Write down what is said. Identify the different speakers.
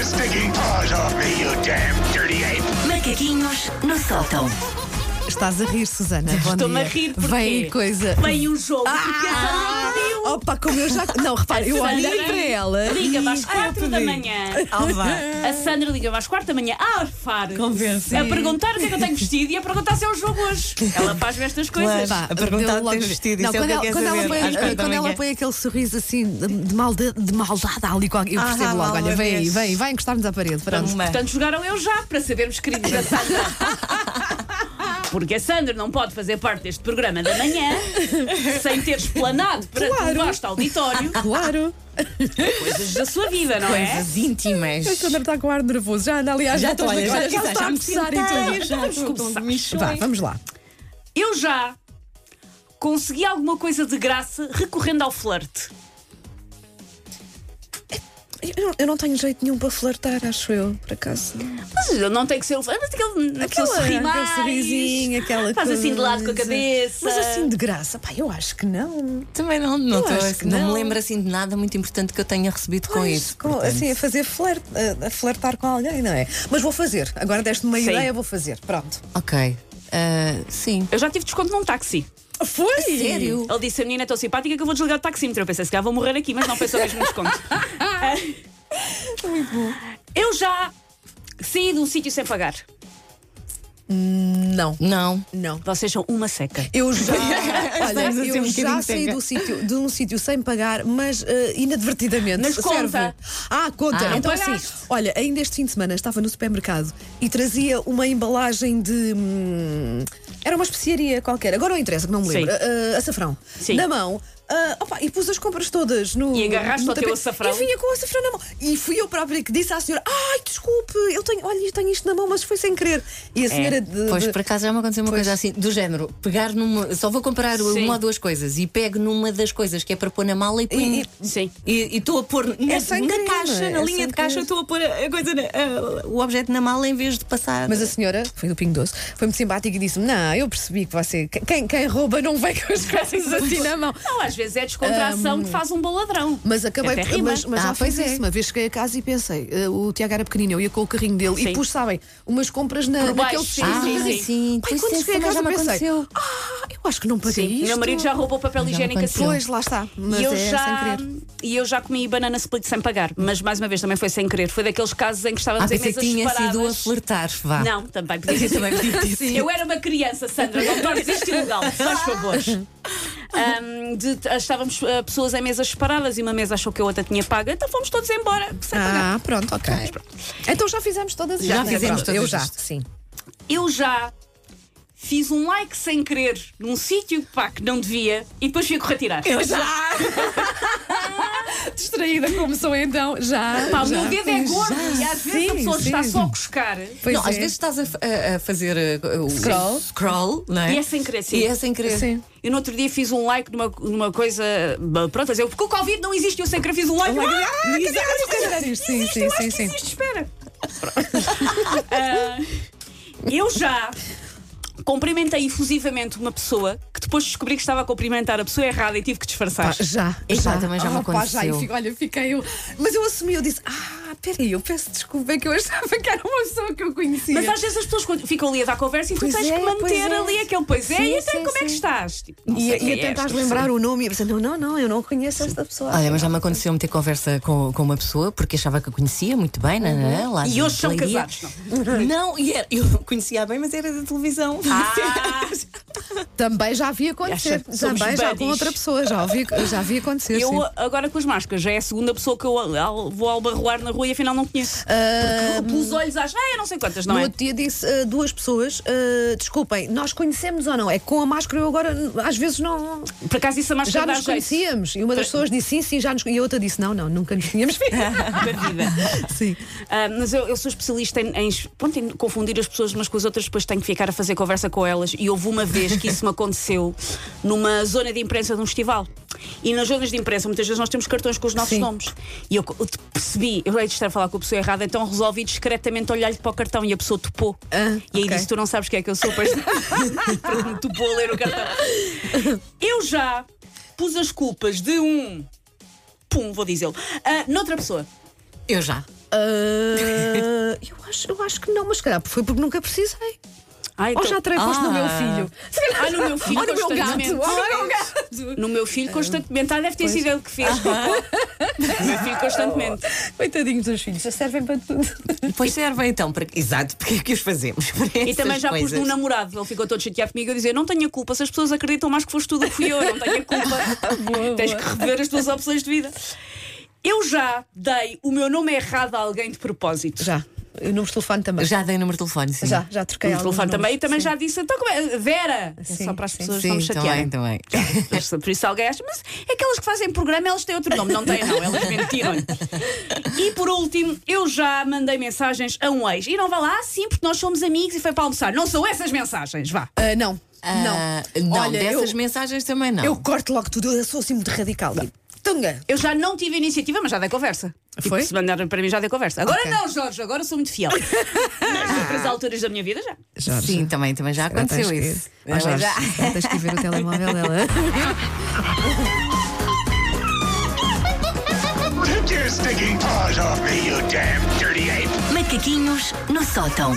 Speaker 1: Paws off me, you damn dirty ape!
Speaker 2: Macaquinhos no sótão.
Speaker 3: Estás a rir, Susana. Bom
Speaker 4: Estou-me a
Speaker 3: dia.
Speaker 4: rir porque
Speaker 3: Vem aí coisa. Ah!
Speaker 4: veio um jogo porque a Sandra pediu.
Speaker 3: Opa, como eu já. Não, repara, eu
Speaker 4: Sandra
Speaker 3: olhei para ela.
Speaker 4: Liga-me às
Speaker 3: e eu
Speaker 4: 4 da
Speaker 3: pedi.
Speaker 4: manhã.
Speaker 3: Alva.
Speaker 4: A Sandra liga-me às 4 da manhã a arfar.
Speaker 5: Convença.
Speaker 4: A perguntar o que é que eu tenho vestido e a perguntar se é o jogo hoje. Ela faz-me estas coisas.
Speaker 3: Pá,
Speaker 5: A perguntar
Speaker 3: deu
Speaker 5: se tens vestido,
Speaker 3: Não,
Speaker 5: isso é o
Speaker 3: quando
Speaker 5: que eu
Speaker 3: ela, quando
Speaker 5: quero
Speaker 3: ela
Speaker 5: saber.
Speaker 3: põe,
Speaker 5: Às quatro da
Speaker 3: quando ela
Speaker 5: manhã.
Speaker 3: põe aquele sorriso assim de, de malde- de maldade ali, qual- eu percebo
Speaker 5: Ah,
Speaker 3: logo. Olha,
Speaker 5: lá
Speaker 3: vem aí,
Speaker 5: vês.
Speaker 3: vem, vai encostar-nos à parede. Pronto.
Speaker 5: Uma.
Speaker 4: Portanto, jogaram eu já para sabermos, queridos da Sandra. Porque a Sandra não pode fazer parte deste programa da manhã sem ter explanado perante um vasto auditório
Speaker 3: Claro.
Speaker 4: coisas da sua vida, não é?
Speaker 5: Coisas íntimas.
Speaker 3: A Sandra está com ar nervoso. Já anda ali às
Speaker 5: Já estou, olha, já
Speaker 3: Olha,
Speaker 5: quis,
Speaker 3: ela
Speaker 5: já
Speaker 3: está a
Speaker 5: me
Speaker 3: coçar e
Speaker 5: sentei,
Speaker 3: tudo.
Speaker 5: já
Speaker 4: Então Vamos
Speaker 5: estou com
Speaker 4: começar.
Speaker 5: comichões.
Speaker 3: Vá, vamos lá.
Speaker 4: Eu já consegui alguma coisa de graça recorrendo ao flerte.
Speaker 6: Eu não, eu não tenho jeito nenhum para flertar, acho eu, por acaso.
Speaker 4: Mas eu não tem que ser o flerte, mas aquele, aquele sorri mais,
Speaker 6: aquele sorrisinho, aquela
Speaker 4: Faz assim de lado com a
Speaker 6: coisa.
Speaker 4: cabeça.
Speaker 6: Mas assim de graça, pá, eu acho que não.
Speaker 5: Também não, não, estou
Speaker 6: acho
Speaker 5: assim-
Speaker 6: que
Speaker 5: não
Speaker 6: não.
Speaker 5: me lembro assim de nada muito importante que eu tenha recebido com
Speaker 6: Pois,
Speaker 5: isso.
Speaker 6: com-
Speaker 5: portanto.
Speaker 6: assim, a fazer flerte, a, a flertar com alguém, não é? Mas vou fazer. Agora deste-me uma
Speaker 4: Sim.
Speaker 6: ideia, vou fazer. Pronto.
Speaker 5: Ok. Ah, sim.
Speaker 4: Eu já tive desconto num táxi.
Speaker 6: Foi!
Speaker 5: Sério?
Speaker 4: Ele disse: A menina é tão simpática que eu vou desligar o taxímetro. Eu pensei: Se calhar vou morrer aqui, mas não foi só mesmo um desconto. Muito bom. Eu já saí de um sítio sem pagar.
Speaker 6: Não,
Speaker 5: Não.
Speaker 6: não.
Speaker 4: Vocês são uma seca.
Speaker 6: Eu já, olha,
Speaker 5: Estamos assim
Speaker 6: eu
Speaker 5: um
Speaker 6: já
Speaker 5: bocadinho
Speaker 6: saí
Speaker 5: cega.
Speaker 6: do sítio, de um sítio sem pagar, mas eh, inadvertidamente.
Speaker 4: Mas conta.
Speaker 6: Serve. Ah, conta.
Speaker 5: Ah.
Speaker 6: então
Speaker 4: Pagaste.
Speaker 6: assim, olha, ainda este fim de semana estava no supermercado e trazia uma embalagem de. hum, era uma especiaria qualquer, agora não interessa, que não me lembro.
Speaker 4: Sim.
Speaker 6: Eh, eh, açafrão.
Speaker 4: Sim.
Speaker 6: Na mão. Ah, opa, e pus as compras todas no.
Speaker 4: E agarraste
Speaker 6: no
Speaker 4: ao teu
Speaker 6: tapete.
Speaker 4: açafrão?
Speaker 6: E vinha com o açafrão na mão. E fui eu própria que disse à senhora: Ai, desculpe, eu tenho, olha, eu tenho isto na mão, mas foi sem querer. E
Speaker 4: É.
Speaker 6: a senhora. de-
Speaker 5: Pois
Speaker 6: de-
Speaker 5: por acaso já me aconteceu uma coisa assim, do género, pegar numa. Só vou comprar
Speaker 4: Sim.
Speaker 5: uma ou duas coisas e pego numa das coisas que é para pôr na mala e ponho.
Speaker 6: E- e-
Speaker 4: Sim.
Speaker 5: E estou a pôr na,
Speaker 6: sem
Speaker 5: na
Speaker 6: querer, não
Speaker 5: caixa,
Speaker 6: é?
Speaker 5: na
Speaker 6: É
Speaker 5: linha
Speaker 6: sem
Speaker 5: de caixa,
Speaker 6: querer.
Speaker 5: estou a pôr a a coisa na- a- o objeto na mala em vez de passar.
Speaker 6: Mas a senhora, que foi do Pingo Doce, foi muito simpática e disse-me: Não, eu percebi que você. Quem, quem rouba não vem com as coisas assim na mão.
Speaker 4: Não, às vezes é descontração que faz um bom ladrão.
Speaker 6: Mas acabei
Speaker 4: Até
Speaker 6: por.
Speaker 4: rima.
Speaker 6: Mas, mas
Speaker 3: ah,
Speaker 6: já
Speaker 3: pois
Speaker 6: fiz
Speaker 3: é.
Speaker 6: isso.
Speaker 3: Uma vez cheguei a casa e pensei, eh, o Tiago era pequenino, eu ia com o carrinho dele
Speaker 4: Sim.
Speaker 3: e pus, sabem, umas compras
Speaker 4: Por
Speaker 3: na,
Speaker 4: baixo,
Speaker 3: naquele
Speaker 4: sim,
Speaker 3: tecido.
Speaker 5: Ah,
Speaker 4: sim, sim.
Speaker 5: sim.
Speaker 3: Pai,
Speaker 5: Pois
Speaker 3: quando
Speaker 5: sim,
Speaker 3: cheguei a
Speaker 5: também
Speaker 3: casa
Speaker 5: já me
Speaker 3: pensei,
Speaker 5: aconteceu.
Speaker 3: ah, eu acho que não paguei
Speaker 4: Sim,
Speaker 3: isto.
Speaker 4: meu marido já roubou papel
Speaker 5: me
Speaker 4: higiênico assim.
Speaker 5: aconteceu.
Speaker 3: Pois, lá está. Mas
Speaker 4: e eu
Speaker 3: é sem
Speaker 4: já
Speaker 3: querer.
Speaker 4: e eu já comi banana split sem pagar mas mais uma vez também foi sem querer foi daqueles casos em que
Speaker 5: Ah,
Speaker 4: estávamos em
Speaker 5: pensei
Speaker 4: mesas
Speaker 5: que tinha sido a
Speaker 4: separadas
Speaker 5: flertar, vá.
Speaker 4: não também podia ter sido. eu era uma criança Sandra não tornes isto ilegal faz favor Ahm, de- estávamos ah, pessoas em mesas separadas e uma mesa achou que a outra tinha pago então fomos todos embora sem pagar
Speaker 6: Ah, pronto, ok. Então já fizemos todas
Speaker 5: Já
Speaker 6: isto, não é?
Speaker 5: fizemos
Speaker 6: Pronto,
Speaker 5: todas
Speaker 6: Eu já,
Speaker 5: isto.
Speaker 6: sim.
Speaker 4: eu já fiz um like sem querer num sítio pá, que não devia e depois fico retirar
Speaker 5: Eu já!
Speaker 3: Distraída como sou então, já.
Speaker 4: Pá, o meu dedo é gordo e às vezes a
Speaker 6: Sim,
Speaker 4: pessoa está
Speaker 6: sim.
Speaker 4: só a cuscar
Speaker 6: Pois
Speaker 5: não,
Speaker 6: é.
Speaker 5: às vezes estás a, fa- a- a fazer uh, o
Speaker 6: Scroll.
Speaker 5: scroll, não é?
Speaker 4: E é sem querer, sim.
Speaker 5: E é sem querer.
Speaker 6: Sim.
Speaker 4: Eu no outro dia fiz um like numa, numa coisa. bah, Pronto, a dizer, porque o Covid não existe, eu sei que eu fiz um like.
Speaker 6: é?
Speaker 4: Ah,
Speaker 6: Exato, era isto, Sim, sim, sim, sim.
Speaker 4: existe, espera. Ah, eu já cumprimentei efusivamente uma pessoa que depois descobri que estava a cumprimentar a pessoa errada e tive que
Speaker 6: Pá,
Speaker 4: disfarçar.
Speaker 6: Já,
Speaker 5: Epá,
Speaker 6: já.
Speaker 5: também já me
Speaker 6: Ah, pá, já, e
Speaker 5: aconteceu.
Speaker 6: fico- olha, fiquei eu. Mas eu assumi, eu disse: Ah, peraí, eu peço desculpa, é que eu achava que era uma pessoa que eu conhecia.
Speaker 4: Mas às vezes as pessoas quando ficam ali a dar conversa e tu
Speaker 6: Pois
Speaker 4: tens
Speaker 6: é,
Speaker 4: que manter
Speaker 6: pois é.
Speaker 4: ali aquele pois é, e
Speaker 6: Sim,
Speaker 4: até
Speaker 6: sim,
Speaker 4: como é que
Speaker 6: sim.
Speaker 4: estás? Tipo, não
Speaker 6: E,
Speaker 4: sei quem
Speaker 6: e a
Speaker 4: é esta
Speaker 6: tentar
Speaker 4: pessoa.
Speaker 6: lembrar o nome e a pensar: Não, não, não, eu não conheço esta pessoa.
Speaker 5: Olha, mas já me aconteceu meter conversa com, com uma pessoa porque achava que a conhecia muito bem, não, não, não, lá
Speaker 4: E
Speaker 5: de
Speaker 4: hoje são
Speaker 5: Leiria.
Speaker 4: casados,
Speaker 5: Não, e era, eu conhecia bem, mas era da televisão.
Speaker 4: Ah,
Speaker 3: Também já havia acontecer.
Speaker 4: Acha- somos
Speaker 3: Também já com
Speaker 4: buddies.
Speaker 3: outra pessoa, já ouvi, já havia acontecer.
Speaker 4: eu
Speaker 3: sim.
Speaker 4: agora com as máscaras já é a segunda pessoa que eu al- vou albarroar na rua e afinal não conheço. Porque pelos olhos acho, ah, eu não sei quantas, não
Speaker 6: hum. no
Speaker 4: é?
Speaker 6: outro dia disse a duas pessoas: "Ah, desculpem, nós conhecemos ou não? É que com a máscara eu agora n- às vezes não.
Speaker 4: Por acaso isso a máscara
Speaker 6: Já
Speaker 4: dá
Speaker 6: nos
Speaker 4: jeito
Speaker 6: conhecíamos. E uma das pessoas disse sim, sim, já nos E a outra disse: não, não, nunca nos tínhamos visto.
Speaker 4: da vida.
Speaker 6: sim.
Speaker 4: Ah, mas eu, eu sou especialista em, em, pronto, em confundir as pessoas umas com as outras, depois tenho que ficar a fazer conversa com elas. E houve uma vez que isso me aconteceu numa zona de imprensa de um festival. E nas zonas de imprensa, muitas vezes nós temos cartões com os nossos
Speaker 6: Sim.
Speaker 4: nomes. E eu, eu te- percebi, eu hei de estar a falar com a pessoa errada, então resolvi discretamente olhar-lhe para o cartão e a pessoa topou.
Speaker 6: Ah,
Speaker 4: e aí
Speaker 6: ok.
Speaker 4: disse: Tu não sabes quem é que eu sou, pois porque me topou a ler o cartão. Eu já pus as culpas de um. Pum, vou dizê-lo. ah, noutra pessoa.
Speaker 5: Eu já.
Speaker 6: "Ah, eu, acho, eu acho que não, mas se calhar foi porque nunca precisei.
Speaker 4: Ah,
Speaker 6: Ou já terei posto no meu filho. Se calhar-
Speaker 4: Ah, no meu filho,
Speaker 6: Ou no meu
Speaker 4: constantemente.
Speaker 6: gato. Ou no meu gato.
Speaker 4: No meu filho, constantemente. Ah, deve ter sido ele que fez. No meu filho, constantemente.
Speaker 6: Coitadinhos dos filhos, já servem para tudo.
Speaker 5: Pois servem então, para... exato, porque é que os fazemos? Para
Speaker 4: E também
Speaker 5: essas
Speaker 4: já pus
Speaker 5: coisas.
Speaker 4: num namorado. Ele ficou todo chateado comigo a dizer: Não tenho culpa. Se as pessoas acreditam mais que foste tudo que fui eu, não tenho culpa. Tens que rever as tuas opções de vida. Eu já dei o meu nome errado a alguém de propósito.
Speaker 6: Já. E Números de telefone também.
Speaker 5: Já dei o número de telefone, sim.
Speaker 6: já, já
Speaker 4: O
Speaker 6: troquei.
Speaker 4: telefone
Speaker 6: alguns
Speaker 4: também. E
Speaker 6: números.
Speaker 4: também já disse: Então, como é? Vera! É
Speaker 6: Sim,
Speaker 4: só para as
Speaker 6: sim,
Speaker 4: pessoas que não
Speaker 5: Sim, então tá
Speaker 4: me
Speaker 5: também,
Speaker 4: chatearem.
Speaker 5: também.
Speaker 4: Mas, Por isso alguém acha, mas aquelas que fazem programa, elas têm outro nome. Não têm, não, elas mentiram. E por último, eu já mandei mensagens a um ex. E não vá lá, ah, sim, porque nós somos amigos e foi para almoçar. Não são essas mensagens, vá.
Speaker 6: Ah, não.
Speaker 5: Ah,
Speaker 6: não.
Speaker 5: não,
Speaker 6: Olha,
Speaker 5: dessas
Speaker 6: eu,
Speaker 5: mensagens também não.
Speaker 6: eu corto logo tudo, eu sou assim muito radical. Tipo, Tunga!
Speaker 4: Eu já não tive iniciativa, mas já dei conversa. Tipo,
Speaker 6: Foi?
Speaker 4: se mandaram para mim, já dei conversa. Agora
Speaker 6: Ok.
Speaker 4: não, Jorge, agora sou muito fiel. Nas outras alturas da minha vida já.
Speaker 5: Sim, também, também já aconteceu
Speaker 6: tens que-
Speaker 5: isso.
Speaker 6: Oh, Jorge,
Speaker 5: Já-
Speaker 6: tens que ver o telemóvel dela.
Speaker 1: Take your stinking paws off me, you damn dirty ape!
Speaker 2: Macaquinhos no sótão.